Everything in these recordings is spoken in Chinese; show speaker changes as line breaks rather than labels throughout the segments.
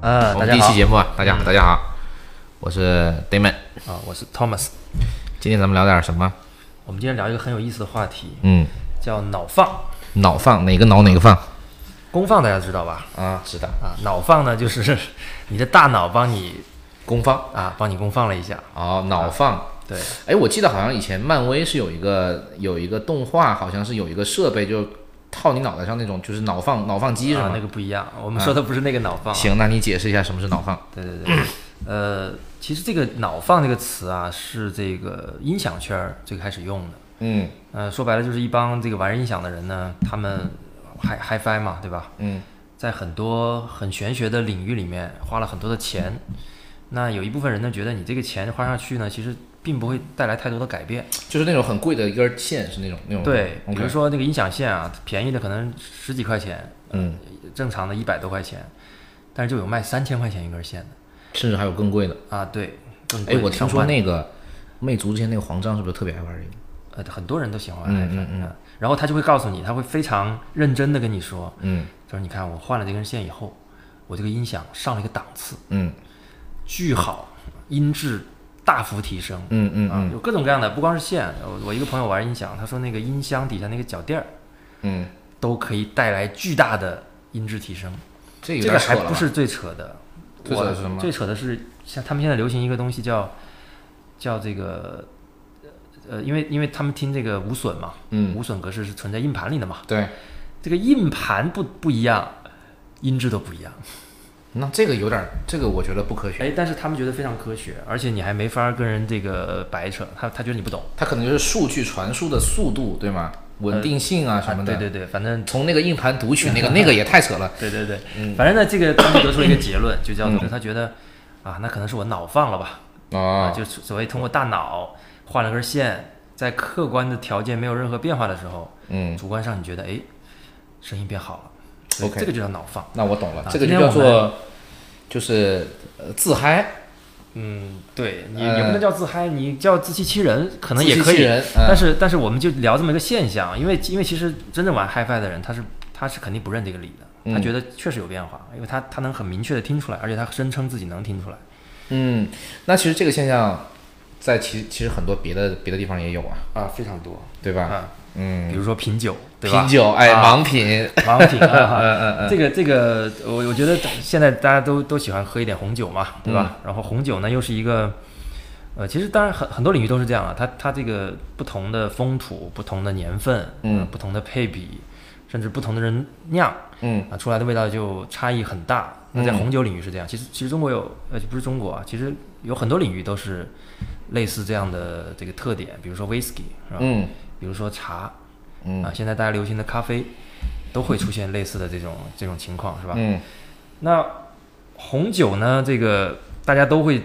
嗯，大
我们
家
第一
好
期节目啊，大家好，大家好，我是 Damon，
啊，我是 Thomas。
今天咱们聊点什么？
我们今天聊一个很有意思的话题，
嗯，
叫脑放。
脑放哪个脑哪个放
功放大家知道吧？
啊？知道，
啊，脑放呢，就是 你的大脑帮你
功放
啊，帮你功放了一下。
哦，脑放。
对，
哎，我记得好像以前漫威是有一个有一个动画，好像是有一个设备就套你脑袋上那种，就是脑放脑放机是
啊
吗？，
那个不一样，我们说的不是那个脑放。
行，那你解释一下什么是脑放？
对对对，呃，其实这个“脑放”这个词啊，是这个音响圈儿最开始用的。
嗯
呃，说白了就是一帮这个玩音响的人呢，他们 hi hi-fi 嘛，对吧？
嗯
在很多很玄学的领域里面花了很多的钱。
嗯
那有一部分人呢，觉得你这个钱花下去呢，其实并不会带来太多的改变。
就是那种很贵的一根线，是那种那种。
对，比如
OK，
说那个音响线啊，便宜的可能十几块钱，
嗯，
正常的一百多块钱，但是就有卖三千块钱一根线的
甚至还有更贵的。
啊。对，更
哎
贵，
我
上
听说
万
那个魅族之前那个黄章是不是特别爱玩这个？
呃很多人都喜欢 i
嗯
p 然后他就会告诉你，他会非常认真的跟你说，
嗯
就是你看我换了这根线以后，我这个音响上了一个档次，
嗯
巨好，音质大幅提升。
嗯嗯
啊，
嗯
有各种各样的，不光是线。我我一个朋友玩音响，他说那个音箱底下那个脚垫儿
嗯，
都可以带来巨大的音质提升。
这有
这个
点扯
还
了
不
吧。
是最扯的，
最扯的是什么
我最扯的是像他们现在流行一个东西叫叫这个呃，因为因为他们听这个无损嘛，
嗯，
无损格式是存在硬盘里的嘛，
对，
这个硬盘不不一样，音质都不一样。
那这个有点，这个我觉得不科学。
哎，但是他们觉得非常科学，而且你还没法儿跟人这个白扯，他他觉得你不懂。
它可能就是数据传输的速度，对吗？稳定性啊什么的。
呃对对对，反正
从那个硬盘读取那个，那个也 太扯了。啊
对对对，
嗯
反正呢，这个他们得出了一个结 论，就叫做他觉得啊，那可能是我脑放了吧，啊，
啊，
就所谓通过大脑画了根线，在客观的条件没有任何变化的时候，
嗯
主观上你觉得哎，声音变好了，所以
OK
这个就叫脑放。
那我懂了
啊，
这个就
今天
叫
我
做就是呃自嗨，
嗯，对你
呃
也不能叫自嗨，你叫自欺欺人可
可
能也可以，
人，
但
嗯
是但是我们就聊这么一个现象，因为因为其实真正玩 HiFi 的人，他是他是肯定不认这个理的，他
嗯
觉得确实有变化，因为他他能很明确的听出来，而且他声称自己能听出来。
嗯，那其实这个现象在其其实很多别的别的地方也有啊，
啊，非常多
对吧？
啊，
嗯，
比如说品酒，对吧？
品酒，哎，
啊
盲品，
盲品
嗯
啊，
嗯嗯，
这个这个，我我觉得现在大家都都喜欢喝一点红酒嘛，对吧？然后红酒呢，又是一个，呃，其实当然很很多领域都是这样啊，它它这个不同的风土、不同的年份，
嗯
呃不同的配比，甚至不同的人酿，
嗯
啊，出来的味道就差异很大。那在
嗯
红酒领域是这样，其实其实中国有呃不是中国啊，其实有很多领域都是类似这样的这个特点，比如说 whisky 是吧？
嗯
比如说茶，
嗯
啊，现在大家流行的咖啡都会出现类似的这种这种情况是吧？
嗯
那红酒呢，这个大家都会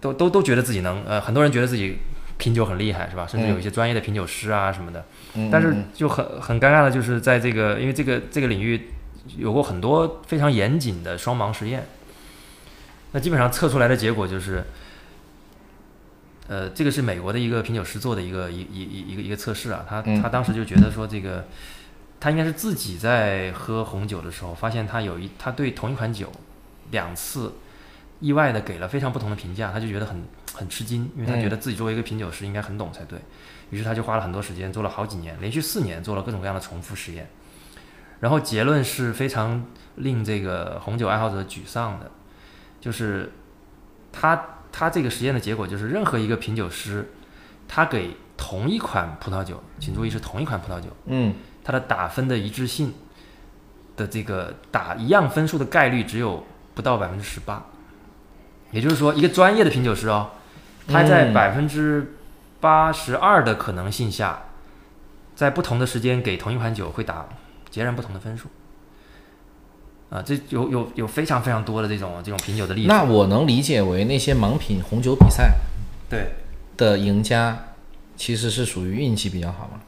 都都都觉得自己能呃，很多人觉得自己品酒很厉害是吧？甚至
嗯
有一些专业的品酒师啊什么的。
嗯，
但是
嗯
就很很尴尬的，就是在这个因为这个这个领域有过很多非常严谨的双盲实验，那基本上测出来的结果就是，呃，这个是美国的一个品酒师做的一个一一一一个一个测试啊，他
嗯
他当时就觉得说这个。他应该是自己在喝红酒的时候，发现他有一他对同一款酒两次意外的给了非常不同的评价，他就觉得很很吃惊，因为他
嗯
觉得自己作为一个品酒师应该很懂才对。于是他就花了很多时间，做了好几年，连续四年做了各种各样的重复实验，然后结论是非常令这个红酒爱好者沮丧的，就是他他这个实验的结果就是，任何一个品酒师，他给同一款葡萄酒，请注意是同一款葡萄酒，
嗯
它的打分的一致性的这个打一样分数的概率只有不到百分之十八，也就是说，一个专业的品酒师哦，他在
嗯
百分之八十二的可能性下，在不同的时间给同一款酒会打截然不同的分数。啊，这有有有非常非常多的这种这种品酒的例子。
那我能理解为那些盲品红酒比赛
对，
的赢家其实是属于运气比较好嘛。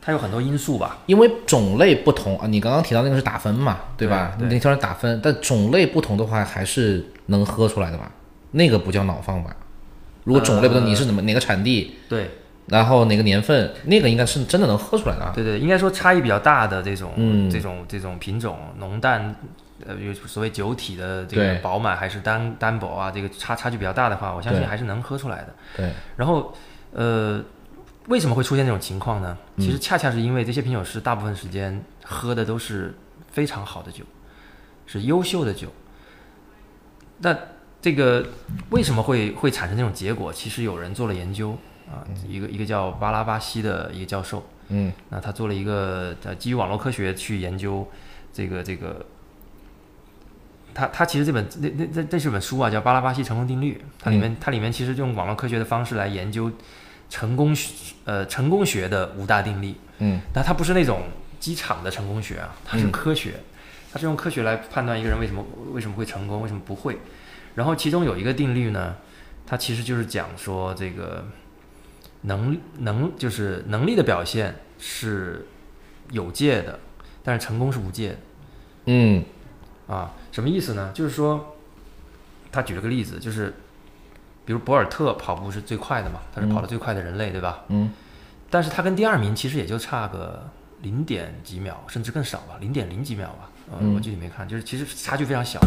它有很多因素吧。
因为种类不同啊，你刚刚提到那个是打分嘛，对吧？
对对
你那条是打分，但种类不同的话，还是能喝出来的吧？那个不叫脑放吧？如果种类不同，
呃
你是怎么哪个产地？
对，
然后哪个年份，那个应该是真的能喝出来的啊。
对对，应该说差异比较大的这种、
嗯
这种这种品种，浓淡，呃，有所谓酒体的这个
对
饱满还是单单薄啊，这个差差距比较大的话，我相信
对
还是能喝出来的。
对，
然后，呃，为什么会出现这种情况呢？其
嗯
实恰恰是因为这些品酒师大部分时间喝的都是非常好的酒，是优秀的酒。那这个为什么会会产生这种结果？其实有人做了研究啊，一个一个叫巴拉巴西的一个教授，
嗯
那他做了一个呃基于网络科学去研究这个这个。他他其实这本那那那这是本书啊，叫《巴拉巴西成功定律》，它里面、
嗯
它里面其实用网络科学的方式来研究成功学呃成功学的五大定律。
嗯
那它不是那种机场的成功学啊，它是
嗯
科学，它是用科学来判断一个人为什么为什么会成功，为什么不会。然后其中有一个定律呢，它其实就是讲说这个能能就是能力的表现是有界的，但是成功是无界的。
嗯
啊，什么意思呢？就是说，他举了个例子，就是比如博尔特跑步是最快的嘛，他是跑得最快的人类，对吧？
嗯
但是他跟第二名其实也就差个零点几秒，甚至更少吧，零点零几秒吧。呃、
嗯
我具体没看，就是其实差距非常小。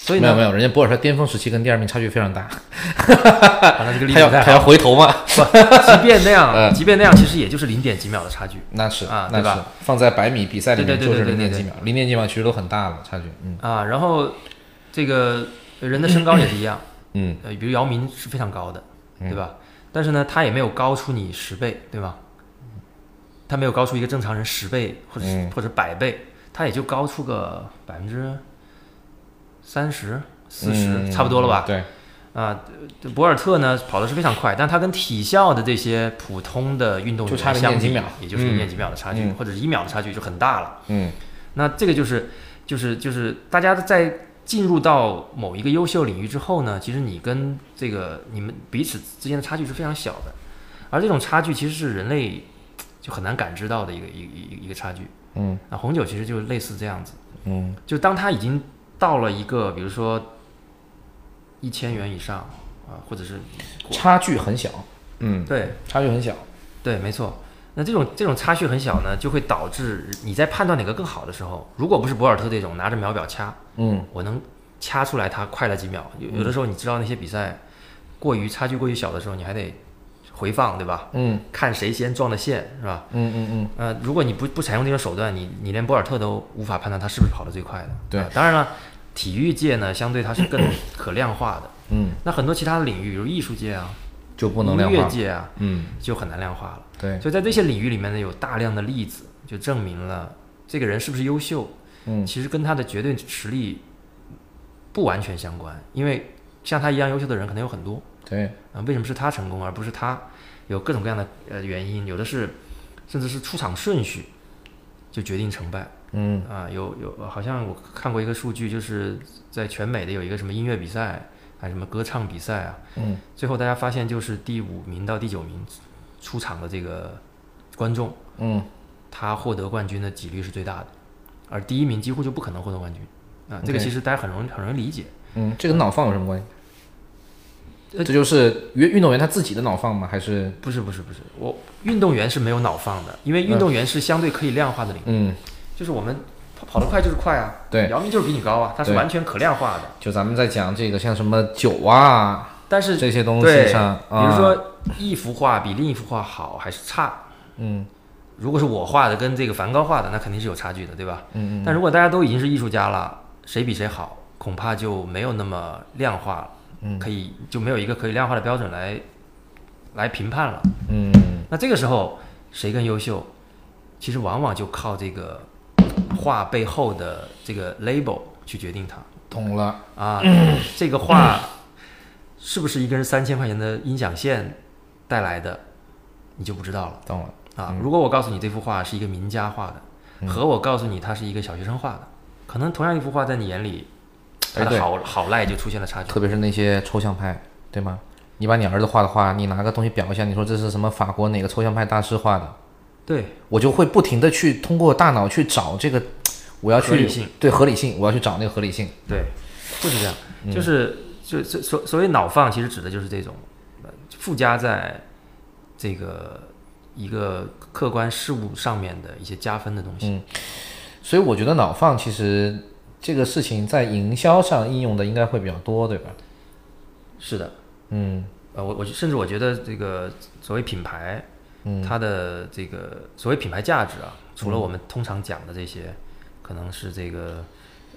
所以
没有没
呢，
有，人家博尔特巅峰时期跟第二名差距非常大，
好像这个例
他
子
要
不太
他
好。
要回头嘛？
即便那样，
嗯
即便那样，其实也就是零点几秒的差距
那是
啊
那
对吧
是放在百米比赛里
对
面
对
就
对
是
对
零
对
点几
对
秒，零点几秒其实都很大了差距。嗯
啊。然后这个人的身高也是一样，
嗯
呃，比如姚明是非常高的，对吧？但是呢，他也没有高出你十倍，对吧？他没有高出一个正常人十倍，或者是、
嗯
或者百倍，他也就高出个百分之三十、四十，
嗯
差不多了吧？
对，
啊，呃博尔特呢跑的是非常快，但他跟体校的这些普通的运动
就差
员
0.几
相比
秒，
也就是零点几秒的差距，
嗯
或者是一秒的差距就很大了。
嗯
那这个就是就是就是大家在进入到某一个优秀领域之后呢，其实你跟这个你们彼此之间的差距是非常小的，而这种差距其实是人类就很难感知到的一个一个一个一个差距。
嗯
那红酒其实就是类似这样子，
嗯
就当它已经到了一个比如说一千元以上啊，或者是
差距很小，嗯，
对
差距很小，
对，没错。那这种这种差距很小呢，就会导致你在判断哪个更好的时候，如果不是博尔特这种拿着秒表掐，
嗯
我能掐出来它快了几秒。有有的时候你知道那些比赛过于差距过于小的时候，你还得回放，对吧？
嗯
看谁先撞了线，是吧？
嗯嗯嗯，
呃，如果你不不采用这种手段，你你连博尔特都无法判断他是不是跑得最快的。
对
啊当然了，体育界呢，相对它是更可量化 的。
嗯
那很多其他的领域，比如艺术界啊、
就不能量
音乐
化，
界啊，
嗯
就很难量化了。
对，
所以在这些领域里面呢，有大量的例子就证明了这个人是不是优秀，
嗯
其实跟他的绝对实力不完全相关，因为像他一样优秀的人可能有很多
对，
啊、为什么是他成功而不是他？有各种各样的呃原因，有的是甚至是出场顺序就决定成败
嗯
啊、有有好像我看过一个数据，就是在全美的有一个什么音乐比赛，还是什么歌唱比赛啊，
嗯
最后大家发现就是第五名到第九名出场的这个观众，
嗯
他获得冠军的几率是最大的，而第一名几乎就不可能获得冠军啊。这个
OK
其实大家很容易很容易理解。
嗯，这跟脑放有什么关系？
呃
这就是运运动员他自己的脑放吗？还是
不是不是不是，我运动员是没有脑放的，因为运动员是相对可以量化的领域，
嗯，
就是我们跑跑得快就是快啊，
对，
姚明就是比你高啊，他是
对
完全可量化的。
就咱们在讲这个像什么酒啊
但是
这些东
对
西上，
比
啊
如说一幅画比另一幅画好还是差，
嗯
如果是我画的跟这个梵高画的，那肯定是有差距的，对吧？
嗯
但如果大家都已经是艺术家了，谁比谁好，恐怕就没有那么量化了，
嗯
可以就没有一个可以量化的标准来来评判了。
嗯
那这个时候谁更优秀，其实往往就靠这个画背后的这个 label 去决定它
懂了，
啊。这个画是不是一根三千块钱的音响线带来的，你就不知道了。
懂了，
啊
嗯，
如果我告诉你这幅画是一个名家画的，
嗯
和我告诉你它是一个小学生画的，可能同样一幅画在你眼里，它
哎对
的好好赖就出现了差距。
特别是那些抽象派，对吗？你把你儿子画的画，你拿个东西裱一下，你说这是什么法国哪个抽象派大师画的，
对，
我就会不停的去通过大脑去找这个，我要去
合理性
对合理性，我要去找那个合理性。
对，
嗯
就是这样，就是就所所所谓脑放，其实指的就是这种呃附加在这个一个客观事物上面的一些加分的东西。
嗯所以我觉得脑放其实这个事情在营销上应用的应该会比较多，对吧？
是的，
嗯
呃，我我甚至我觉得这个所谓品牌，
嗯
它的这个所谓品牌价值啊，除了我们通常讲的这些，可能是这个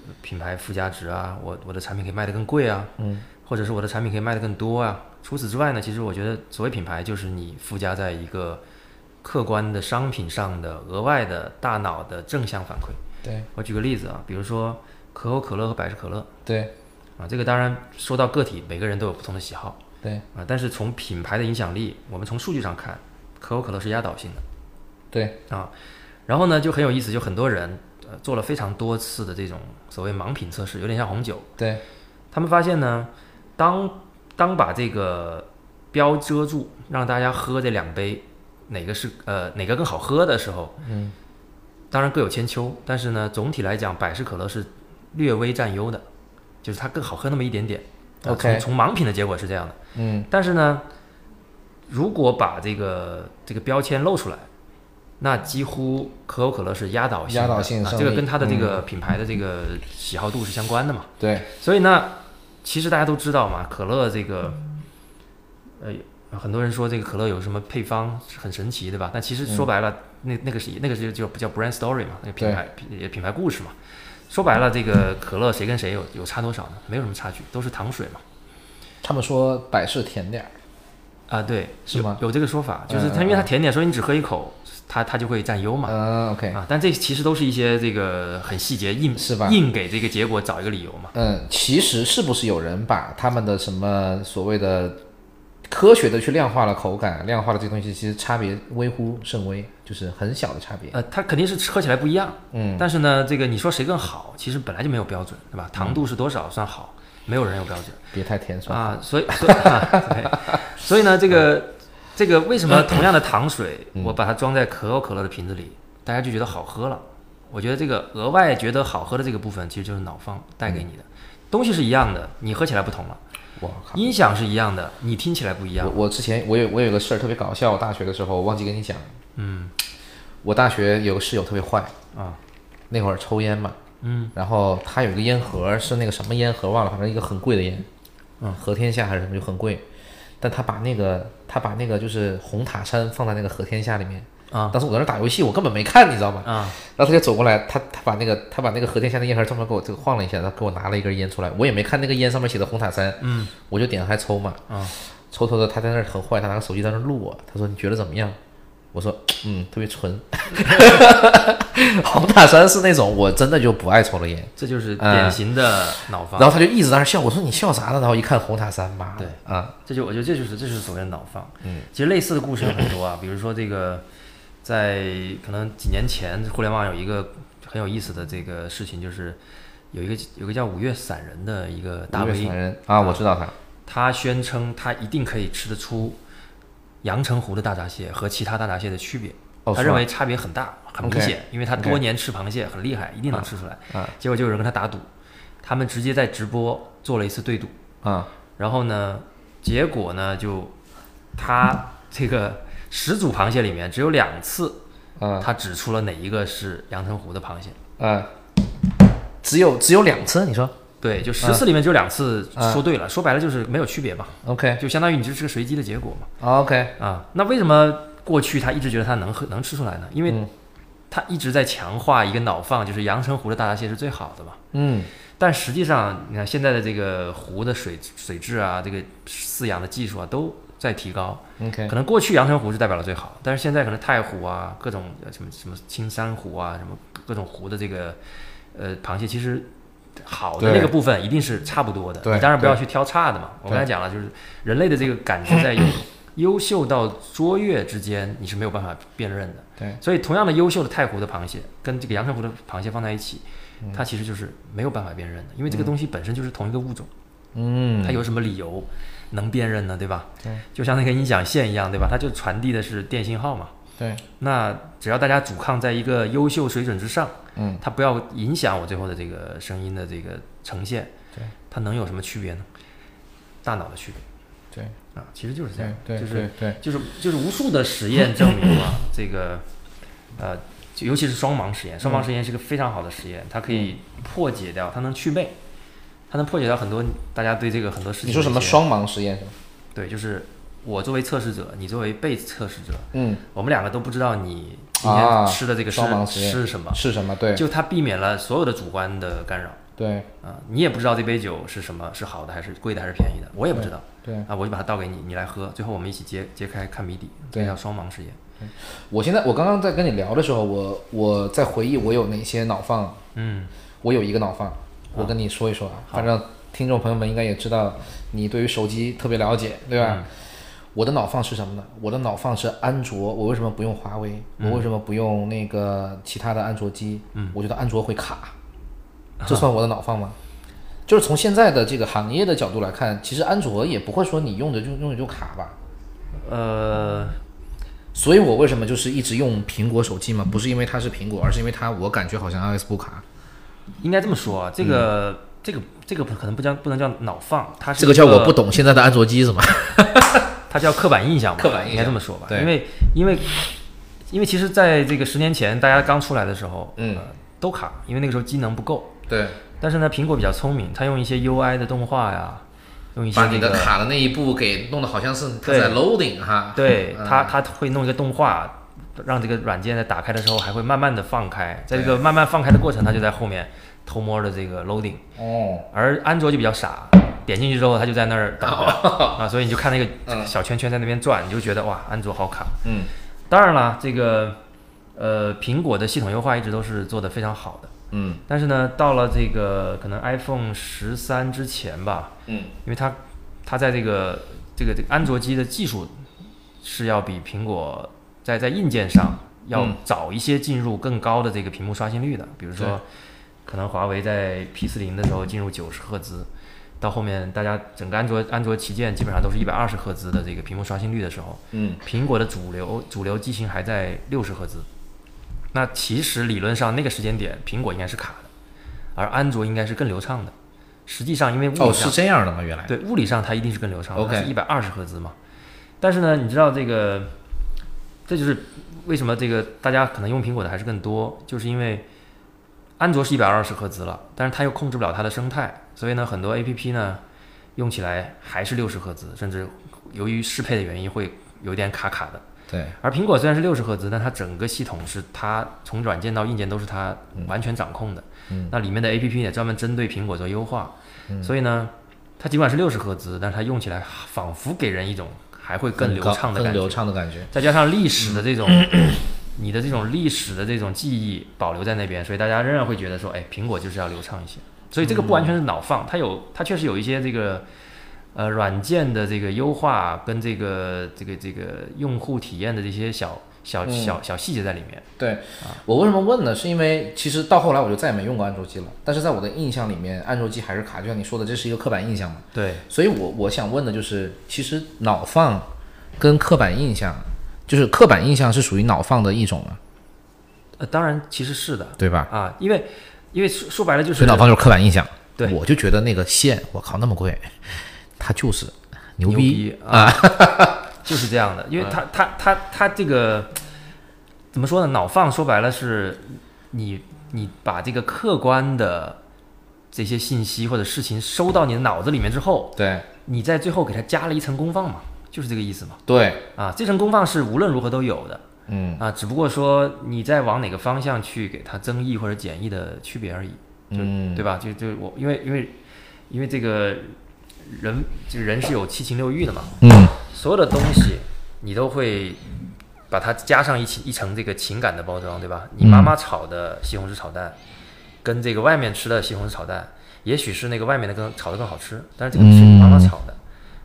呃品牌附加值啊，我我的产品可以卖得更贵啊，
嗯
或者是我的产品可以卖得更多啊。除此之外呢，其实我觉得所谓品牌就是你附加在一个客观的商品上的额外的大脑的正向反馈。
对
我举个例子啊，比如说可口可乐和百事可乐
对
啊，这个当然说到个体，每个人都有不同的喜好
对
啊，但是从品牌的影响力，我们从数据上看，可口可乐是压倒性的。
对，
啊，然后呢就很有意思，就很多人呃做了非常多次的这种所谓盲品测试，有点像红酒。
对，
他们发现呢，当当把这个标遮住，让大家喝这两杯，哪个是呃哪个更好喝的时候，
嗯
当然各有千秋，但是呢总体来讲，百事可乐是略微占优的，就是它更好喝那么一点点。啊
OK
从从盲品的结果是这样的。
嗯
但是呢，如果把这个这个标签露出来，那几乎可口可乐是压倒性的
压倒性
啊，
胜利嗯
这个跟它的这个品牌的这个喜好度是相关的嘛。
对
所以呢，其实大家都知道嘛，可乐这个，呃，很多人说这个可乐有什么配方是很神奇，对吧？但其实说白
嗯
了，那那个是那个是就叫 brand story 嘛，那个品牌也品牌故事嘛。说白了，这个可乐谁跟谁有有差多少呢？没有什么差距，都是糖水嘛。
他们说百事甜点儿，
啊，对，
是
有
吗
有这个说法，
嗯
就是它，
嗯
因为它
嗯
甜点，所以你只喝一口，它它就会占优嘛。
嗯，OK，
啊，但这其实都是一些这个很细节，硬
是吧
硬给这个结果找一个理由嘛。
嗯，其实是不是有人把他们的什么所谓的科学的去量化了口感，量化了这东西，其实差别微乎甚微，就是很小的差别。
呃，它肯定是喝起来不一样，
嗯，
但是呢，这个你说谁更好，其实本来就没有标准，对吧？
嗯
糖度是多少算好，没有人有标准。
别太甜酸。
啊，所以所以、 啊、对所以呢，这
嗯
个这个为什么同样的糖水，我把它装在可口可乐的瓶子里，大家就觉得好喝了？我觉得这个额外觉得好喝的这个部分，其实就是脑放带
嗯
给你的。东西是一样的，你喝起来不同了；
我靠！
音响是一样的，你听起来不一样
我。我之前我有我有个事儿特别搞笑，我大学的时候我忘记跟你讲。
嗯
我大学有个室友特别坏，
啊
那会儿抽烟嘛，
嗯
然后他有一个烟盒是那个什么烟盒忘了，反正一个很贵的烟，
嗯
和天下还是什么就很贵，但他把那个他把那个就是红塔山放在那个和天下里面。
啊
当时我在那打游戏，我根本没看，你知道吗？
啊
然后他就走过来，他他把那个他把那个和田下的烟盒专门给我这个晃了一下，他给我拿了一根烟出来，我也没看那个烟上面写的红塔山，
嗯
我就点开抽嘛，
啊
抽抽的他在那儿很坏，他拿个手机在那儿录我，他说你觉得怎么样？我说嗯，特别纯。 红塔山是那种我真的就不爱抽的烟，
这就是
嗯
典型的脑放。
然后他就一直在那儿笑，我说你笑啥呢？然后一看红塔山，妈的
对
啊，
这就我觉得这就是这就是所谓的脑放。
嗯，
其实类似的故事有很多啊，比如说这个，在可能几年前，互联网有一个很有意思的这个事情，就是有一个有个叫五岳散人的一个大
五岳散
V，
人啊，我知道他，
他宣称他一定可以吃得出阳澄湖的大闸蟹和其他大闸蟹的区别，
哦，
他
是
认
吗
为差别很大，很明
OK，
显，因为他
OK
多年吃螃蟹很厉害，一定能吃出来。
啊
结果就有人跟他打赌，他们直接在直播做了一次对赌。
啊，
然后呢，结果呢就他这个十组螃蟹里面只有两次，
啊
他指出了哪一个是阳澄湖的螃蟹。
啊，只有只有两次，你说
对，就十次里面只有两次
嗯
说对了，说白了就是没有区别嘛，
OK
就相当于你就是个随机的结果嘛。
OK，
啊，那为什么过去他一直觉得他能喝能吃出来呢？因为
嗯
他一直在强化一个脑放，就是阳澄湖的大闸蟹是最好的嘛。
嗯
但实际上，你看现在的这个湖的水水质啊，这个饲养的技术啊，都在提高。
，OK，
可能过去阳澄湖是代表了最好，但是现在可能太湖啊，各种呃什么什么青山湖啊，什么各种湖的这个呃螃蟹，其实好的
对
那个部分一定是差不多的。
对
你当然不要去挑差的嘛。我
对
刚才讲了，就是人类的这个感觉在优秀到卓越之间，你是没有办法辨认的。
对，
所以同样的优秀的太湖的螃蟹跟这个阳澄湖的螃蟹放在一起，
嗯
它其实就是没有办法辨认的，因为这个东西本身就是同一个物种。
嗯，
它有什么理由能辨认呢？对吧？
对
就像那个音响线一样，对吧？它就传递的是电信号嘛。
对，
那只要大家阻抗在一个优秀水准之上，
嗯，
它不要影响我最后的这个声音的这个呈现，
对，
它能有什么区别呢？大脑的区别，
对
啊，其实就是这样
对，对
就是
对对，
就是就是无数的实验证明了这个，呃，就尤其是双盲实验，
嗯
双盲实验是个非常好的实验，它可以破解掉，它能祛魅，它能破解掉很多大家对这个很多事情。
你说什么？双盲实验是吧？
对，就是我作为测试者，你作为被测试者，
嗯，
我们两个都不知道你今
啊
天吃的这个是、
双盲实验
是什么，
是什么？对
就它避免了所有的主观的干扰
对
啊、你也不知道这杯酒是什么，是好的还是贵的还是便宜的，我也不知道。
对，
啊，我就把它倒给你，你来喝，最后我们一起揭揭开看谜底，这
对
叫双盲实验。
我现在我刚刚在跟你聊的时候，我我在回忆我有哪些脑放，
嗯，
我有一个脑放，我跟你说一说啊，反正听众朋友们应该也知道，你对于手机特别了解，对啊吧？
嗯
我的脑放是什么呢？我的脑放是安卓，我为什么不用华为？我为什么不用那个其他的安卓机？
嗯，
我觉得安卓会卡，这算我的脑放吗？就是从现在的这个行业的角度来看，其实安卓也不会说你用着就用着就卡吧。
呃，
所以我为什么就是一直用苹果手机嘛？不是因为它是苹果，而是因为它我感觉好像 iOS 不卡，
应该这么说，啊，这
嗯
个、这个这个可能不叫不能叫脑放，它是
这个
一
叫我不，懂现在的安卓机是 吗？
它叫刻板印象吧，
刻板印象
应该这么说吧，
对
因为因为因为其实在这个十年前大家刚出来的时候，
嗯
呃都卡，因为那个时候机能不够，
对，
但是呢，苹果比较聪明，它用一些 UI 的动画呀，用一些
把
这
你的
个。
卡的那一步给弄得好像是它
对
在 loading 哈。
对
嗯
它，它会弄一个动画，让这个软件在打开的时候还会慢慢的放开，在这个慢慢放开的过程，它就在后面偷摸的这个 loading。
哦，
而安卓就比较傻，点进去之后它就在那儿等着、啊，所以你就看那个这个小圈圈在那边转，你就觉得哇，安卓好卡。
嗯，
当然了，这个呃苹果的系统优化一直都是做的非常好的，
嗯
但是呢，到了这个可能 iPhone 十三之前吧，
嗯，
因为它它在这个这个这个安卓机的技术是要比苹果在在硬件上要
嗯
早一些进入更高的这个屏幕刷新率的，比如
对
说可能华为在 P 四零的时候进入九十赫兹。到后面，大家整个安卓安卓旗舰基本上都是一百二十赫兹的这个屏幕刷新率的时候，
嗯，
苹果的主流主流机型还在六十赫兹。那其实理论上那个时间点，苹果应该是卡的，而安卓应该是更流畅的。实际上，因为物
哦，
理上、
是这样的吗？原来，
对，物理上它一定是更流畅的
OK
它是一百二十赫兹嘛。但是呢，你知道这个，这就是为什么这个大家可能用苹果的还是更多，就是因为安卓是一百二十赫兹了，但是它又控制不了它的生态，所以呢，很多 A P P 呢用起来还是六十赫兹，甚至由于适配的原因会有点卡卡的。
对，
而苹果虽然是六十赫兹，但它整个系统是它从软件到硬件都是它完全掌控的。
嗯
那里面的 APP 也专门针对苹果做优化，所以呢，它尽管是六十赫兹，但是它用起来仿佛给人一种还会更流
高
畅的
更
感
流
觉。
畅的感觉。
再加上历史的这种，
嗯
你的这种历史的这种记忆保留在那边，所以大家仍然会觉得说，哎，苹果就是要流畅一些。所以这个不完全是脑放，它有它确实有一些这个呃软件的这个优化跟这个这个这个用户体验的这些小小
嗯
小小细节在里面。
对，啊我为什么问呢？是因为其实到后来我就再也没用过安卓机了，但是在我的印象里面，安卓机还是卡，就像你说的，这是一个刻板印象嘛。
对，
所以我我想问的就是，其实脑放跟刻板印象，就是刻板印象是属于脑放的一种了，
呃，当然其实是的
对吧？
啊，因为因为说说白了就
所
是
以脑放就是刻板印象。
对
我就觉得那个线，我靠，那么贵，它就是牛
牛
逼。啊
逼啊， 就是这样的，因为他他他他这个怎么说呢？脑放说白了是你你把这个客观的这些信息或者事情收到你的脑子里面之后，
对
你在最后给它加了一层功放嘛，就是这个意思嘛。
对，
啊，这层功放是无论如何都有的
嗯，
啊，只不过说你在往哪个方向去给它增益或者减益的区别而已。
嗯，
对吧？就就我因为因为因为这个人这个人是有七情六欲的嘛，
嗯，
所有的东西你都会把它加上一起一层这个情感的包装，对吧？
嗯
你妈妈炒的西红柿炒蛋，跟这个外面吃的西红柿炒蛋，也许是那个外面的更炒的更好吃，但是这个是你妈妈炒的，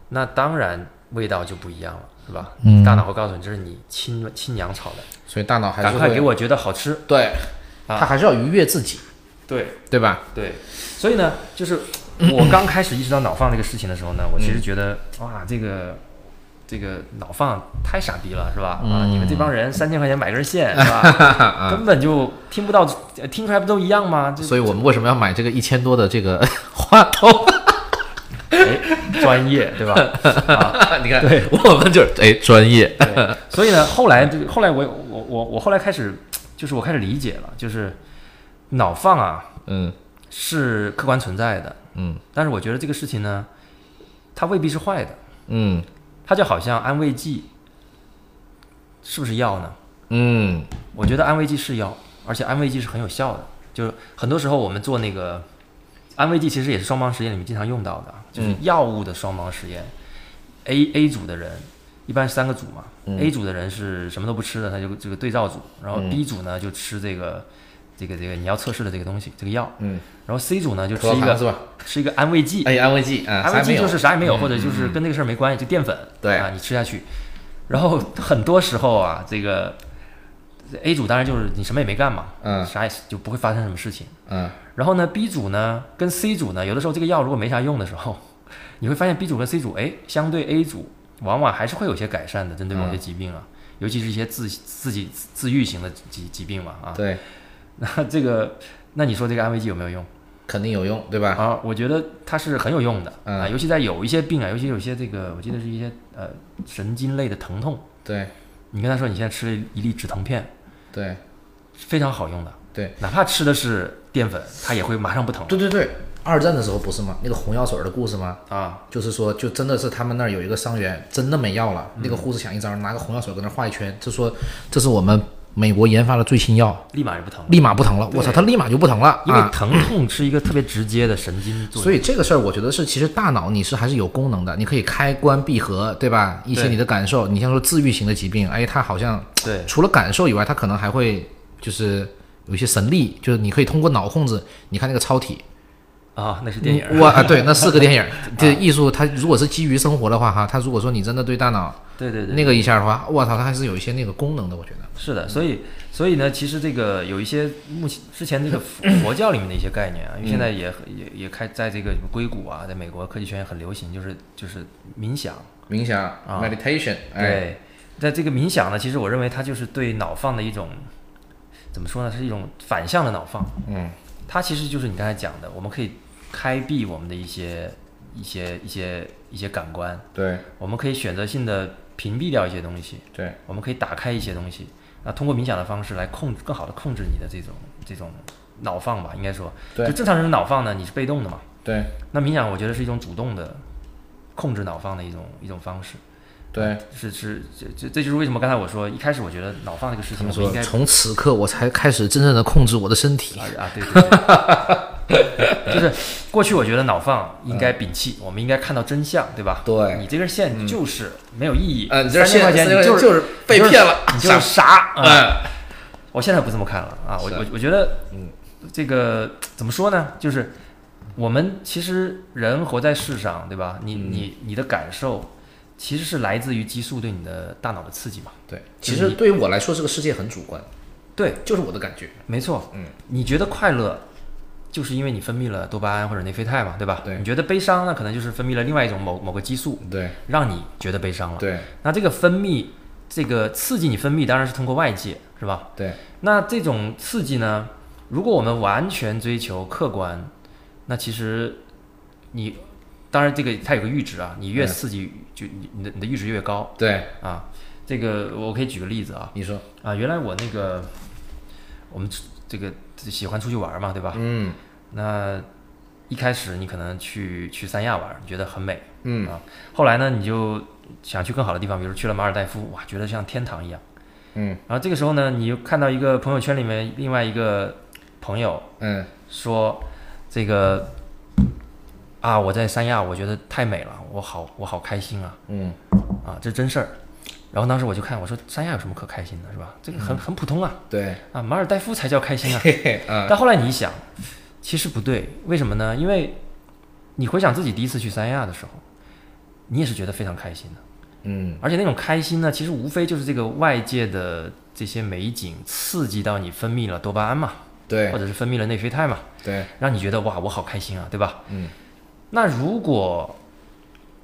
那当然味道就不一样了，是吧？
嗯
大脑会告诉你这是你亲亲娘炒的，
所以大脑还
赶
是
快
会
给我觉得好吃。
对，
啊
它还是要愉悦自己，
对，
对吧？
对，所以呢，就是我刚开始意识到脑放这个事情的时候呢，我其实觉得、哇，这个这个脑放太傻逼了，是吧？啊，你们这帮人三千块钱买根线，是吧？根本就听不到，呃听出来不都一 样吗？就
所以我们为什么要买这个一千多的这个话筒？
哎，专业，对吧？啊，
你看， 我们就是哎专业，
对所以呢，后来这个后来我我我我后来开始就是我开始理解了，就是脑放啊
嗯
是客观存在的，
嗯
但是我觉得这个事情呢，它未必是坏的，
嗯
它就好像安慰剂是不是药呢？
嗯
我觉得安慰剂是药，而且安慰剂是很有效的。就是很多时候我们做那个安慰剂，其实也是双盲实验里面经常用到的，啊就是
嗯
药物的双盲实验。A A 组的人一般是三个组嘛、
嗯
a 组的人是什么都不吃的，他就这个对照组，然后
嗯
B 组呢就吃这个这个这个你要测试的这个东西这个药，
嗯，
然后 C 组呢就吃
可
一
卡
个
是吧？
吃一个安慰剂，
哎，安慰剂啊，
安慰
啥没
剂
有嗯
就是啥也没有，或者就是跟那个事儿没关系，就淀粉。
对
啊，你吃下去。然后很多时候啊，这个 A 组当然就是你什么也没干嘛，
嗯
啥也就不会发生什么事情。
嗯
然后呢，B 组呢跟 C 组呢，有的时候这个药如果没啥用的时候， 你会发现 B 组跟 C 组，哎，相对 A 组往往还是会有些改善的，针对某些
嗯
疾病啊，尤其是一些自自己自愈型的疾疾病嘛啊。
对，
那这个，那你说这个安慰剂有没有用？
肯定有用对吧？
啊，我觉得它是很有用的、
嗯
啊，尤其在有一些病啊，尤其有些这个，我记得是一些呃神经类的疼痛，
对
你跟他说你现在吃了一粒止疼片，
对
是非常好用的，
对
哪怕吃的是淀粉，它也会马上不疼
对对对，二战的时候不是吗？那个红药水儿的故事吗？
啊。
就是说，就真的是他们那儿有一个伤员真的没药了，那
嗯
个护士想一招，拿个红药水搁那儿画一圈，就说这是我们美国研发的最新药，
立马就不疼了，
立马不疼了。我操，他立马就不疼了
因为
啊！
疼痛是一个特别直接的神经作用。
所以这个事儿，我觉得是其实大脑你是还是有功能的，你可以开关闭合，对吧？一些
对
你的感受，你像说治愈型的疾病，哎，它好像
对
除了感受以外，它可能还会就是有一些神力，就是你可以通过脑控制。你看那个超体，
啊，那是电影儿。
嗯哇啊，对，那 是个电影儿。这艺术它如果是基于生活的话，哈，它如果说你真的对大脑
对对对，
那个一下的话，我操，它还是有一些那个功能的，我觉得。
是的，所以所以呢，其实这个有一些目前之前这个佛佛教里面的一些概念啊，因为现在也很也也开在这个什么硅谷啊，在美国科技圈也很流行，就是就是冥想。
冥想
啊
meditation，，哎
对，在这个冥想呢，其实我认为它就是对脑放的一种怎么说呢，是一种反向的脑放。
嗯，
它其实就是你刚才讲的，我们可以开闭我们的一些一些一些一些感官，
对
我们可以选择性的屏蔽掉一些东西，
对，
我们可以打开一些东西，那通过冥想的方式来控更好的控制你的这种这种脑放吧，应该说，
对
就正常人的脑放呢，你是被动的嘛，
对
那冥想我觉得是一种主动的控制脑放的一种一种方式，
对。
是是这这这就是为什么刚才我说一开始我觉得脑放这个事
他
情
们
我
说
应该，
从此刻我才开始真正的控制我的身体
啊。啊对对对，就是过去我觉得脑放应该摒弃，我们应该看到真相，嗯对吧？
对
你这根线就是没有意义，
嗯，
三千块钱你就是
是被骗了，
你就是傻，啊
嗯，
我哦现在不这么看了啊，我
是
我我觉得，嗯，这个怎么说呢？就是我们其实人活在世上，对吧？你
嗯
你你的感受其实是来自于激素对你的大脑的刺激嘛。
对。其实对于我来说，这个世界很主观，
对，
就是我的感觉。
没错。
嗯，
你觉得快乐，就是因为你分泌了多巴胺或者内啡肽嘛，对吧？
对
你觉得悲伤，那可能就是分泌了另外一种某某个激素，
对
让你觉得悲伤了。
对
那这个分泌，这个刺激你分泌，当然是通过外界，是吧？
对，
那这种刺激呢，如果我们完全追求客观，那其实你当然这个它有个阈值啊，你越
嗯
刺激就你你的你的阈值越高
对，
啊。这个我可以举个例子啊
你说，
啊，原来我那个我们这个喜欢出去玩嘛，对吧？
嗯
那一开始你可能去去三亚玩，你觉得很美，
嗯
啊，后来呢你就想去更好的地方，比如去了马尔代夫，哇，觉得像天堂一样。
嗯
然后这个时候呢，你又看到一个朋友圈里面另外一个朋友
嗯
说，这个啊，我在三亚，我觉得太美了，我好我好开心啊
嗯，
啊，这真事儿。然后当时我就看，我说三亚有什么可开心的，是吧？这个
嗯
很很普通啊
对，
啊，马尔代夫才叫开 心啊。
嘿嘿，嗯
但后来你一想，其实不对，为什么呢？因为你回想自己第一次去三亚的时候，你也是觉得非常开心的。
嗯
而且那种开心呢，其实无非就是这个外界的这些美景刺激到你分泌了多巴胺嘛，
对
或者是分泌了内啡肽嘛，
对，
让你觉得哇，我好开心啊，对吧？
嗯
那如果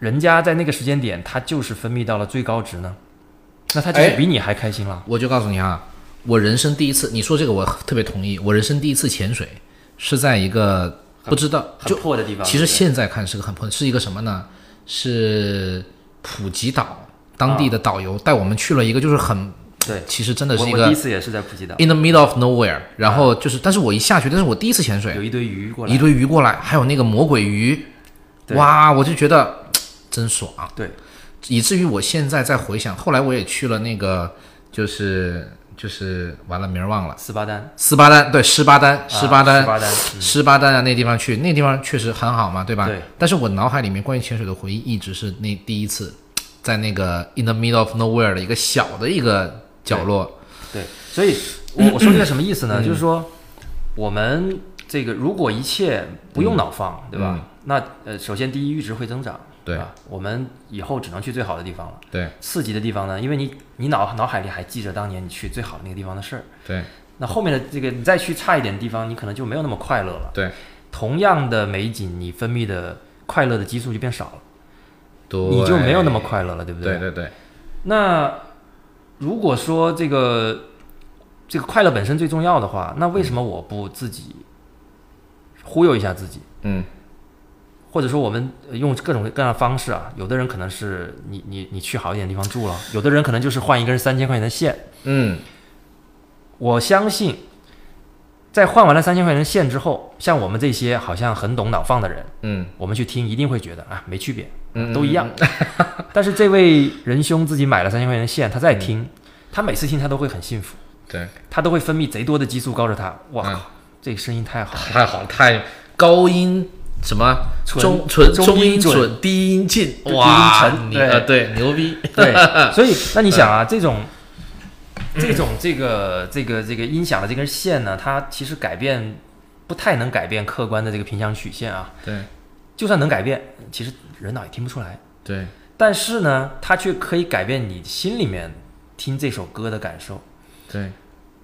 人家在那个时间点，他就是分泌到了最高值呢，那他就是
哎
比你还开心了。
我就告诉你啊，我人生第一次，你说这个我特别同意。我人生第一次潜水是在一个不知道，就
破的地
其实
对不对
现在看是个很破，是一个什么呢？是普吉岛当地的导游带我们去了一个就是很，
对，
其实真的是
我
一
我第一
个
次也是在普吉岛，
in the middle of nowhere，然后就是，但是我一下去，但是我第一次潜水，
有一堆鱼过来
一，堆鱼过来，还有那个魔鬼鱼，
对
哇，我就觉得真爽。啊
对，
以至于我现在在回想，后来我也去了那个，就是就是完了名儿忘了，
斯巴丹，
斯巴丹对斯巴丹斯巴
啊
丹
斯巴丹，
斯巴丹啊那地方去，那地方确实很好嘛，对吧？
对。
但是我脑海里面关于潜水的回忆一直是那第一次，在那个 in the middle of nowhere 的一个小的一个角落，
对，所以我 我说这个什么意思
嗯
呢？就是说，我们这个如果一切不
嗯
用脑放，对吧？那呃，首先第一阈值会增长，
对
吧？我们以后只能去最好的地方了。
对
刺激的地方呢，因为你你脑脑海里还记着当年你去最好的那个地方的事儿，
对
那后面的这个你再去差一点的地方，你可能就没有那么快乐了。
对
同样的美景，你分泌的快乐的激素就变少了，
对，
你就没有那么快乐了，对不
对对对
那如果说这个这个快乐本身最重要的话，那为什
嗯
么我不自己忽悠一下自己？
嗯
或者说我们呃用各种各样的方式啊，有的人可能是你你你去好一点地方住了，有的人可能就是换一根三千块钱的线。
嗯
我相信，在换完了三千块钱的线之后，像我们这些好像很懂脑放的人，
嗯
我们去听一定会觉得啊没区别，
嗯
都一 样。但是这位仁兄自己买了三千块钱的线，他在
嗯
听，他每次听他都会很幸福。
对，
他都会分泌贼多的激素，告诉他，哇
嗯哎
靠，这个声音太好了，
太好了太高音什么
纯
中纯
中
中
音
音
准
准低音进
低音
哇
沉
你
对
呃对牛 逼
对，所以那你想
嗯
啊，这种。这种这个这个这个音响的这根线呢，它其实改变不太能改变客观的这个频响曲线啊。
对
就算能改变，其实人脑也听不出来。
对
但是呢，它却可以改变你心里面听这首歌的感受。
对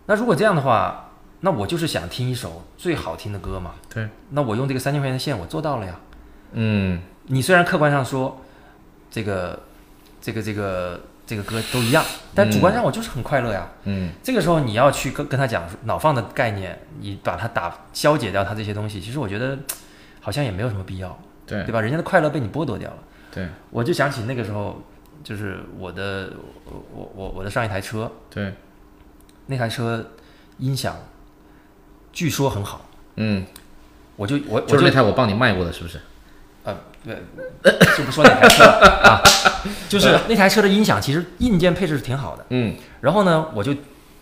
那如果这样的话，那我就是想听一首最好听的歌嘛。
对
那我用这个三千块钱的线，我做到了呀。
嗯
你虽然客观上说这个这个这个这个歌都一样，但主观上我就是很快乐呀。
嗯
这个时候你要去跟跟他讲脑放的概念，你把它打消解掉它这些东西，其实我觉得嘖好像也没有什么必要，
对
对吧？人家的快乐被你剥夺掉了。
对
我就想起那个时候，就是我的我我我我的上一台车，
对嗯
那台车音响据说很好，
嗯
我就我我
就是那台我帮你卖过的是不是？
呃，对，就不说哪台车 了啊，就是那台车的音响其实硬件配置是挺好的。
嗯
然后呢，我就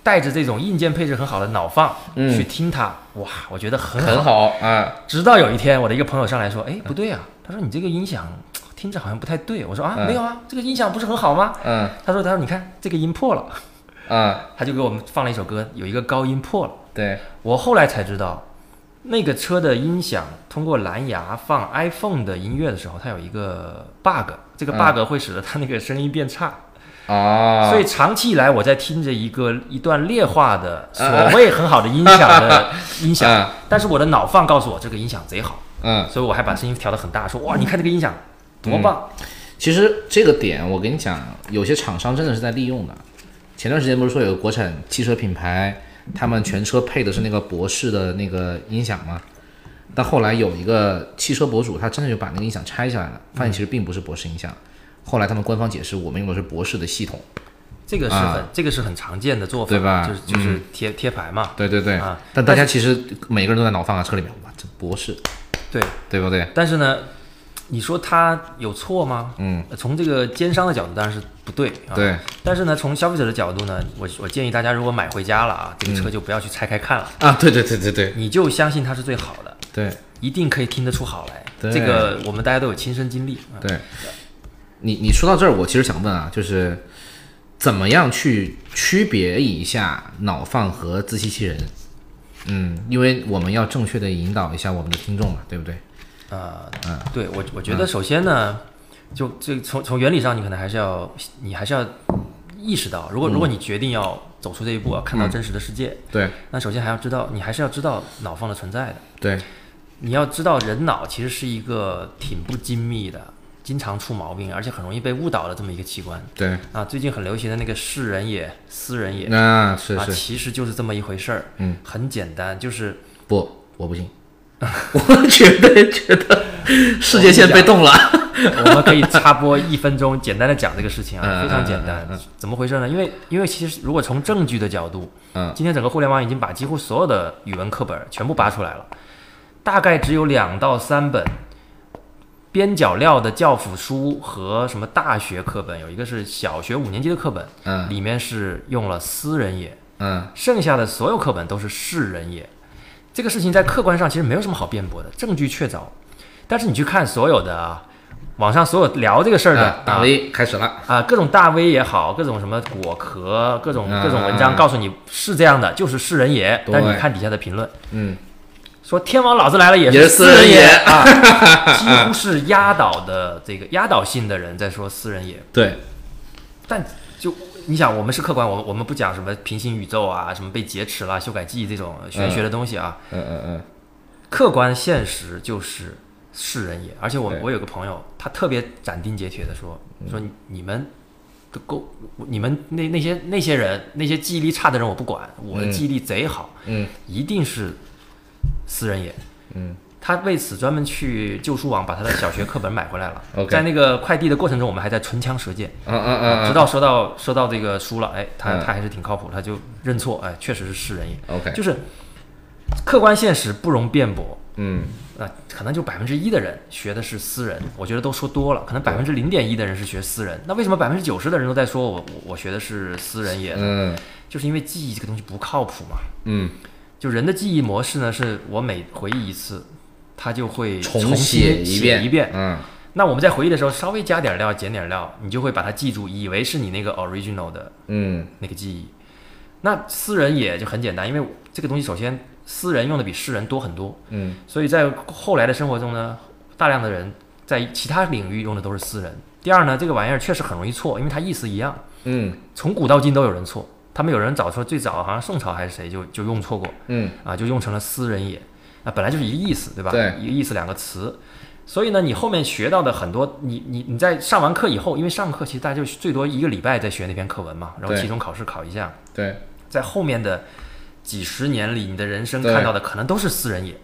带着这种硬件配置很好的脑放、
嗯
去听它，哇，我觉得很好。
很好啊
直到有一天，我的一个朋友上来说：“哎，不对啊，他说你这个音响听着好像不太对。”我说：“啊，
嗯
没有啊，这个音响不是很好吗
嗯？”
他说：“他说你看这个音破了。
啊”
他就给我们放了一首歌，有一个高音破了。
对
我后来才知道，那个车的音响通过蓝牙放 iPhone 的音乐的时候，它有一个 bug，这个
嗯
bug 会使得它那个声音变差。
啊
所以长期以来，我在听着一个一段劣化的所谓很好的音响的音响，
啊
但是我的脑放告诉我这个音响贼好，
嗯。
所以我还把声音调得很大，说哇，你看这个音响多棒！
嗯其实这个点，我跟你讲，有些厂商真的是在利用的。前段时间不是说有个国产汽车品牌，他们全车配的是那个博士的那个音响吗？但后来有一个汽车博主，他真的就把那个音响拆下来了，发现其实并不是博士音响。后来他们官方解释，我们用的是博士的系统。
这个是很、这个是很常见的做法，
对吧嗯
就是就是贴、贴牌嘛，
对对对，
啊
但大家其实每个人都在脑放啊，车里面哇，这博士，
对。
对不对？
但是呢，你说他有错吗？
嗯，
从这个奸商的角度当然是不对啊。。
对
但是呢，从消费者的角度呢，我我建议大家如果买回家了啊，这个车就不要去拆开看了，
啊，对对对对对
你就相信它是最好的，
对
一定可以听得出好来。
对
这个我们大家都有亲身经历啊。
对，你你说到这儿，我其实想问啊，就是怎么样去区别一下脑放和自欺欺人？嗯，因为我们要正确的引导一下我们的听众嘛，对不对？
啊、对我我觉得首先呢，就这从从原理上，你可能还是要你还是要意识到，如果如果你决定要走出这一步，要看到真实的世界，
对
那首先还要知道，你还是要知道脑放的存在的。
对
你要知道，人脑其实是一个挺不精密的，经常出毛病，而且很容易被误导的这么一个器官
对，
啊。最近很流行的那个视人也、思人也
那是
啊，
是
其实就是这么一回事儿。
嗯，
很简单，就是
不，我不信， 我绝对觉得世界线被动了。
我们可以插播一分钟，简单的讲这个事情啊，
嗯
非常
嗯
简
嗯
单
嗯。
怎么回事呢？因为因为其实如果从证据的角度，
嗯
今天整个互联网已经把几乎所有的语文课本全部扒出来了，大概只有两到三本边角料的教辅书和什么大学课本，有一个是小学五年级的课本，
嗯
里面是用了私人也，
嗯
剩下的所有课本都是世人也。这个事情在客观上其实没有什么好辩驳的，证据确凿。但是你去看所有的啊，网上所有聊这个事儿的
啊打
啊
V 开始了。
啊，各种大 V 也好，各种什么果壳，各种
啊
各种文章告诉你是这样的，就是世人也。
对
但你看底下的评论，
嗯，
说天王老子来了也
也是
私
私人
也
也
啊，几乎是压倒的这个压倒性的人在说私人也。
对，
但就你想，我们是客观，我们我们不讲什么平行宇宙啊，什么被劫持啦、修改记忆这种玄学的东西啊，
嗯嗯嗯，
客观现实就是是人也。而且我
对嗯
我有个朋友，他特别斩钉截铁的说说你你们都够，你们那那些那些人那些记忆力差的人我不管，我的
嗯
记忆力贼好，
嗯
一定是私人也。
嗯，
他为此专门去旧书网把他的小学课本买回来了
OK
在那个快递的过程中，我们还在唇枪舌剑。
嗯嗯嗯，
直到说到说到这个书了，哎，他
嗯
他还是挺靠谱，他就认错，哎，确实是是人也，
OK，
就是客观现实不容辩驳。
嗯
啊，可能就百分之一的人学的是私人，我觉得都说多了。可能百分之零点一的人是学私人，那为什么百分之九十的人都在说我我我学的是私人也呢？
嗯
就是因为记忆这个东西不靠谱嘛。
嗯，
就人的记忆模式呢，是我每回忆一次，他就会重
重
新
写
一
遍
一遍，
嗯
那我们在回忆的时候稍微加点料、减点料，你就会把它记住，以为是你那个 original 的
嗯
那个记忆。那私人也就很简单，因为这个东西首先私人用的比世人多很多，
嗯
所以在后来的生活中呢，大量的人在其他领域用的都是私人。第二呢，这个玩意儿确实很容易错，因为它意思一样，
嗯
从古到今都有人错。他们有人找说最早好像宋朝还是谁就就用错过，
嗯
啊，就用成了私人也，啊，本来就是一个意思，对吧？
对
一个意思两个词。所以呢，你后面学到的很多，你你你在上完课以后，因为上课其实大家就最多一个礼拜在学那篇课文嘛，然后
对
期中考试考一下，
对，
在后面的几十年里，你的人生
对
看到的可能都是私人也。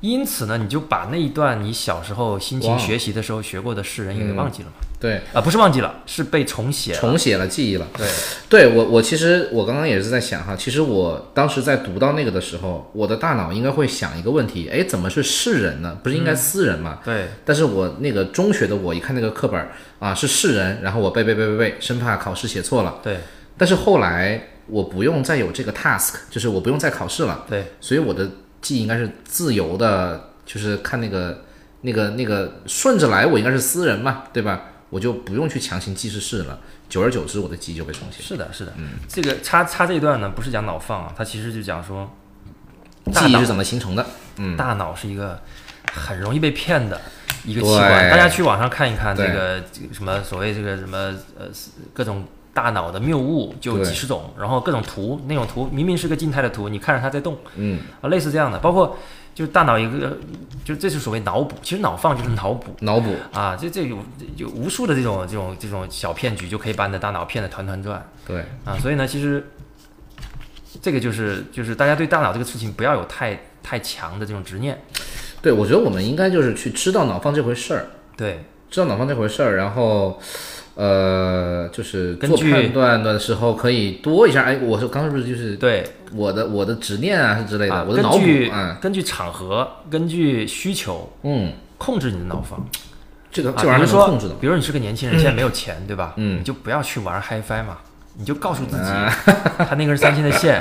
因此呢，你就把那一段你小时候辛勤
忘
学习的时候学过的诗人也给
嗯
忘记了嘛？
对，
啊，不是忘记了，是被重写了。
重写了记忆了。
对，
对我，我其实我刚刚也是在想哈，其实我当时在读到那个的时候，我的大脑应该会想一个问题，哎，怎么是世人呢？不是
嗯
应该私人吗？
对，
但是我那个中学的我一看那个课本儿啊是世人，然后我背背背背背，生怕考试写错了。
对，
但是后来我不用再有这个 task，就是我不用再考试了，
对，
所以我的记忆应该是自由的，就是看那个那个那个顺着来，我应该是私人嘛，对吧？我就不用去强行记是世了，久而久之我的记忆就被重写了。
是的，是的。
嗯
这个插插这一段呢，不是讲脑放啊，它其实就讲说，大
记忆
脑
是怎么形成的？嗯，
大脑是一个很容易被骗的一个器
对
官，大家去网上看一看这
对
个这个什么所谓这个什么呃各种大脑的谬误就有
对
几十种，然后各种图那种图明明是个静态的图，你看着它在动
嗯，
啊，类似这样的，包括就是大脑一个就这是所谓脑补，其实脑放就是脑补。
脑补，
啊，这这有有无数的这种这种这种小骗局，就可以把你的大脑骗得团团转。
对，
啊，所以呢，其实这个就是就是大家对大脑这个事情不要有太太强的这种执念。
对，我觉得我们应该就是去知道脑放这回事儿，
对，
知道脑放这回事儿，然后，呃，就是
根
做
据
判断的时候可以多一下。哎，我说刚是不是就是
对，
我的我的执念啊之类的，
啊，
我
根
的脑补
据、
啊，
根据场合，根据需求
嗯，
控制你的脑放。
这个
啊
这玩意
比
儿
如
能
说
控制的吗？
比如你是个年轻人，现在没有钱，对吧？
嗯啊
你就不要去玩 HiFi 嘛，你就告诉自己， 它那根三星的线，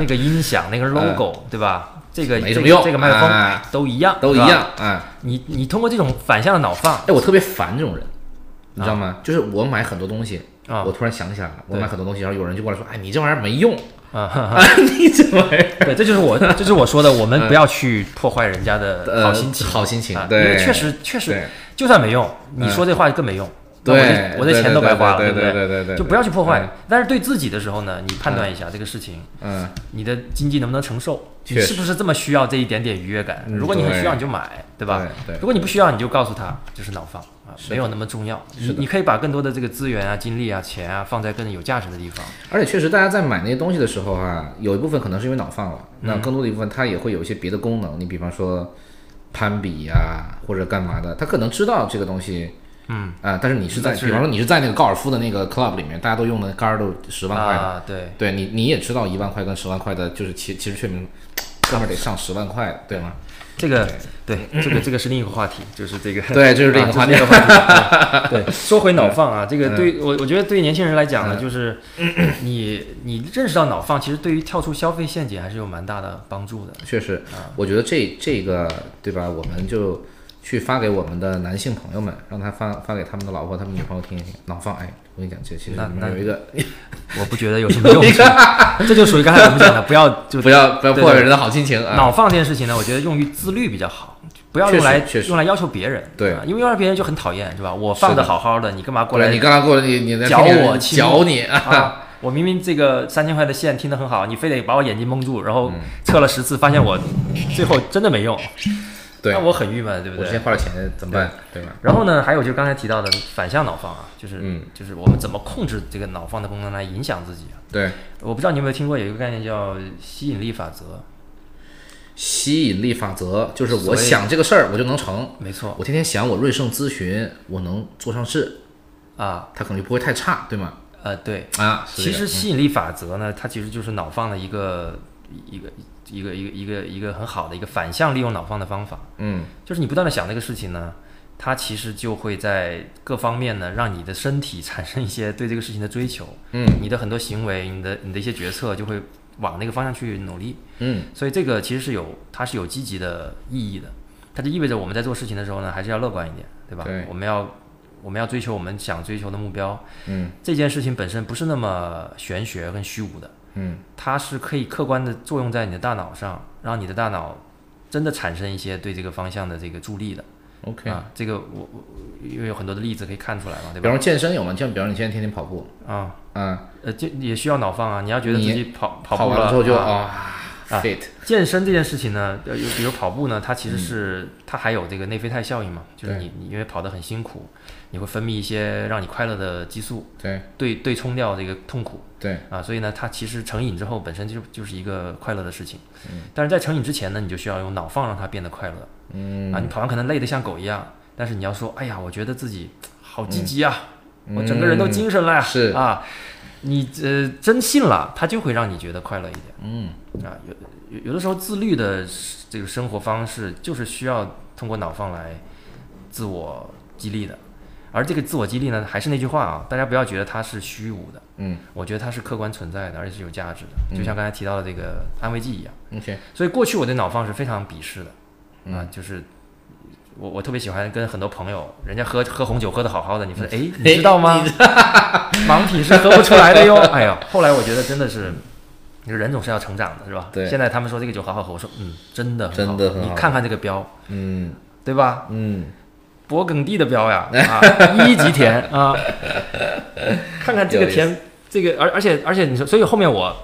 那个音响，那个 logo，、对吧？这个
嗯没
这
什么
个
用
这个麦克风、
啊
都一样，
都一
是吧。
样啊！
你你通过这种反向的脑放
哎，我特别烦这种人，你知道吗？就是我买很多东西，
啊
我突然想起来了，我
对
买很多东西，然后有人就过来说：“哎，你这玩意儿没用
啊，
啊， 你这玩 意儿
对，这就是我，这就是我说的，我们不要去破坏人家的
嗯呃
好心情，
好心情
啊，因
对
为确实确实
对，
就算没用，你
嗯
说这话更没用，那我这
对，
我这钱都白花了，
对
不
对对对对，
就不要去破坏。但是对自己的时候呢，你判断一下这个事情，
嗯，
你的经济能不能承受，你
确实
是不是这么需要这一点点愉悦感？
嗯
如果你很
对
需要，你就买，对吧？
对？
如果你不需要，你就告诉他就是脑放啊，
是的
没有那么重要。
是
你
的
你可以把更多的这个资源啊、精力啊、钱啊放在更有价值的地方。
而且确实，大家在买那些东西的时候啊，有一部分可能是因为脑放了，那
嗯
更多的一部分它也会有一些别的功能。你比方说攀比呀、或者干嘛的，他可能知道这个东西，嗯啊、但是你是在，
但是
比方说你是在那个高尔夫的那个 club 里面，大家都用的杆儿都十万块的，
啊，对，
对你你也知道一万块跟十万块的，就是其其实确明，哥们儿得上十万块，对 吗？
这个对这个这个是另一个话题，就是这个
对，就是这个话题。嗯
啊 就是对，说回脑放啊，这个对我我觉得对年轻人来讲呢，就是你你认识到脑放，其实对于跳出消费陷阱还是有蛮大的帮助的。
确实，
啊
我觉得这这个对吧？我们就去发给我们的男性朋友们，让他发发给他们的老婆、他们女朋友听一听。脑放，哎，我跟你讲，这其实
那
里
那
面有一个，
我不觉得有什么用 处，这就属于刚才我们讲的，不要就
不要不要
对
破坏
对
人的好心情啊！
脑放这件事情呢，我觉得用于自律比较好，不要用来
确实确实
用来要求别人，
对
啊因为要求别人就很讨厌，是吧？我放的好好的，你干嘛过来
对你刚刚过来，你你在
嚼
听见
我
人
欺
嚼
负
你啊！
啊， 我明明这个三千块的线听得很好，你非得把我眼睛蒙住，然
嗯
后测了十次，发现我最后真的没用，
对
那，我很郁闷，对不
我之前
对？
花了钱怎么办？对吧？
然后呢，还有就是刚才提到的反向脑放啊，就是、
嗯
就是我们怎么控制这个脑放的功能来影响自己啊？
对，
我不知道你有没有听过有一个概念叫吸引力法则，
吸引力法则就是
所
我
以
想这个事儿我就能成。
没错
我天天想我瑞盛咨询我能做上市，
啊，
它可能就不会太差，对吗？
呃，对，
啊，是
其
这个
实吸引力法则呢，它其实就是脑放的一个一个一个一个一个一个很好的一个反向利用脑放的方法，
嗯
就是你不断的想那个事情呢，它其实就会在各方面呢，让你的身体产生一些对这个事情的追求，
嗯
你的很多行为，你的你的一些决策就会往那个方向去努力，
嗯，
所以这个其实是有它是有积极的意义的，它就意味着我们在做事情的时候呢，还是要乐观一点，对吧？
对
我们要我们要追求我们想追求的目标，
嗯
这件事情本身不是那么玄学跟虚无的，
嗯，
它是可以客观的作用在你的大脑上，让你的大脑真的产生一些对这个方向的这个助力的。
OK，
啊，这个我我因为有很多的例子可以看出来嘛，对
比
吧
方说？健身有吗？像比方说你现在天天跑步，
啊，
啊，
呃，这也需要脑放啊。你要觉得自己跑
跑
步
完
了
之后就
啊
啊
啊
fit，
健身这件事情呢，呃，有比如跑步呢，它其实是、它还有这个内啡肽效应嘛，就是
嗯对
你你因为跑得很辛苦，你会分泌一些让你快乐的激素，
对
对对冲掉这个痛苦。
对，
啊，所以呢，它其实成瘾之后本身就就是一个快乐的事情，但是在成瘾之前呢，你就需要用脑放让它变得快乐，
嗯
啊，你跑完可能累得像狗一样，但是你要说，哎呀，我觉得自己好积极啊，
嗯
我整个人都精神了呀，
是
啊，你呃真信了，它就会让你觉得快乐一点，
嗯，
啊，有有有的时候自律的这个生活方式就是需要通过脑放来自我激励的，而这个自我激励呢，还是那句话啊，大家不要觉得它是虚无的，
嗯，
我觉得它是客观存在的，而且是有价值的，就像刚才提到的这个安慰剂一样。
，OK，
所以过去我对脑放是非常鄙视的，
嗯
啊，就是我我特别喜欢跟很多朋友，人家喝喝红酒喝的好好的，你
嗯
说哎，你知道吗？ 盲品是喝不出来的 哟。哎呦，后来我觉得真的是，你说人总是要成长的，是吧？
对
现在他们说这个酒好好喝，我说嗯，真的很好，
真的很好
你看看这个标，
嗯
对吧？
嗯，
勃艮第的标 呀，啊，一级田啊，看看这个田，这个而而且而且你说，所以后面我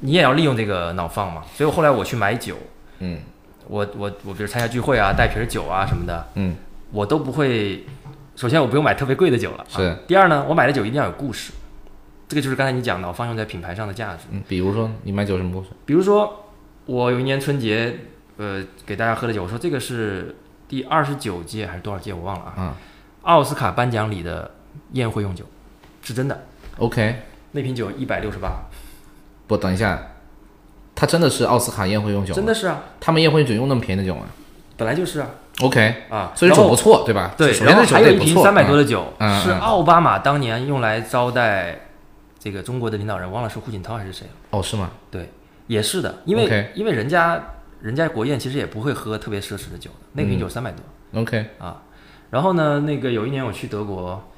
你也要利用这个脑放嘛，所以我后来我去买酒，
嗯
我我我比如参加聚会啊，带瓶酒啊什么的，
嗯，
我都不会。首先我不用买特别贵的酒了，啊
是。
第二呢，我买的酒一定要有故事，这个就是刚才你讲脑放用在品牌上的价值。
嗯，比如说你买酒什么故事？
比如说，我有一年春节，呃，给大家喝的酒，我说这个是第二十九届还是多少届，我忘了啊。
嗯
奥斯卡颁奖礼的宴会用酒，啊是真的，
，OK，
那瓶酒一百六十八，
不，等一下，它真的是奥斯卡宴会用酒吗？
真的是啊，
他们宴会酒用那么便宜的酒吗
本来就是啊
？OK，
啊。
所以
然
酒
后
不错，对吧？
对，
首先
然
这
后
酒
还有
得
一
不
瓶
错，
三百多
的，
的酒，
嗯
是
嗯
奥巴马当年用来招待这个中国的领导人，忘了是胡锦涛还是谁了。
哦，是吗？
对，也是的，因为
OK
因为人家人家国宴其实也不会喝特别奢侈的酒的，那
嗯
瓶酒三百多。
OK，
啊。然后呢，那个有一年我去德国，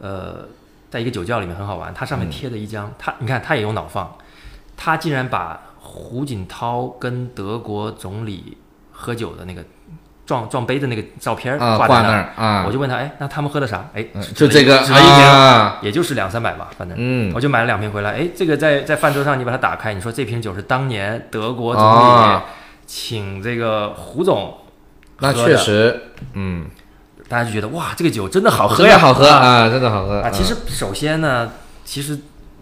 呃，在一个酒窖里面很好玩，它上
嗯
面贴着一张，它你看它也有脑放，它竟然把胡锦涛跟德国总理喝酒的那个撞撞杯的那个照片
啊，
哎在
挂那
那
儿啊，
我就问他，哎，那他们喝的啥？哎
嗯，
指
就
了
这
一
个
指了一瓶，
啊，
也就是两三百吧，反正。
嗯，
我就买了两瓶回来，哎，这个在在饭桌上你把它打开，你说这瓶酒是当年德国总理
啊
请这个胡总
那
喝
确
的，
实，嗯，
大家就觉得哇，这个酒真的好喝
真的
呀，
好喝啊，真的好喝
啊！其实首先呢，其实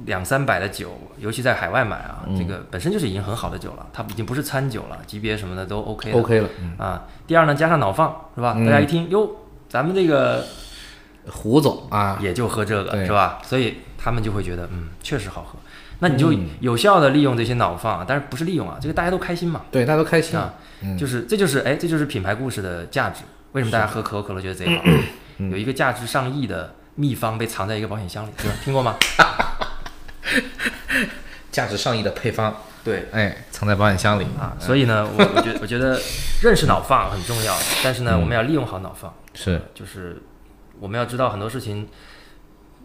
两三百的酒，尤其在海外买啊，
嗯
这个本身就是已经很好的酒了，它已经不是餐酒了，级别什么的都 OK 的
OK 了，
啊。第二呢，加上脑放是吧？
嗯
大家一听哟，咱们这个
胡总啊，
也就喝这个
对
是吧？所以他们就会觉得嗯，确实好喝。那你就
嗯
有效的利用这些脑放，但是不是利用啊？这个大家都开心嘛，
对，大家都开心
啊，
嗯
就是这就是哎，这就是品牌故事的价值。为什么大家喝可口可乐觉得贼好？
嗯
有一个价值上亿的秘方被藏在一个保险箱里，对吧？听过吗？
价值上亿的配方，
对
哎，藏在保险箱里
啊，所以呢，我我觉得我觉得认识脑放很重要，但是
嗯
呢，我们要利用好脑放，
是，
就是我们要知道很多事情，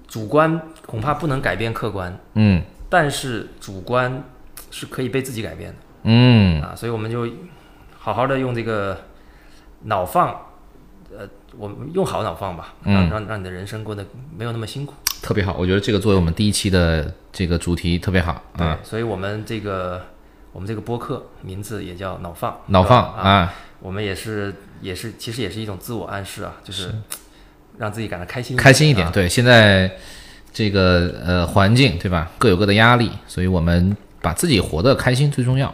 主观恐怕不能改变客观，
嗯
但是主观是可以被自己改变的。
嗯，
啊，所以我们就好好的用这个脑放，呃，我们用好脑放吧，让
嗯
让让你的人生过得没有那么辛苦。
特别好，我觉得这个作为我们第一期的这个主题特别好
对，
啊，
所以我们这个我们这个播客名字也叫脑放，
脑
是吧
放啊，
我们也是也是其实也是一种自我暗示啊，就是让自己感到开心
开心一点，
啊
对，现在这个呃环境对吧，各有各的压力，所以我们把自己活得开心最重要。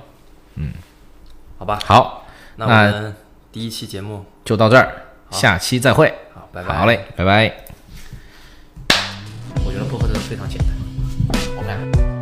好吧？
好，
那我们第一期节目
就到这儿，下期再会。
好，拜拜。
好嘞，拜拜。
我觉得播客真的非常简单。
我们俩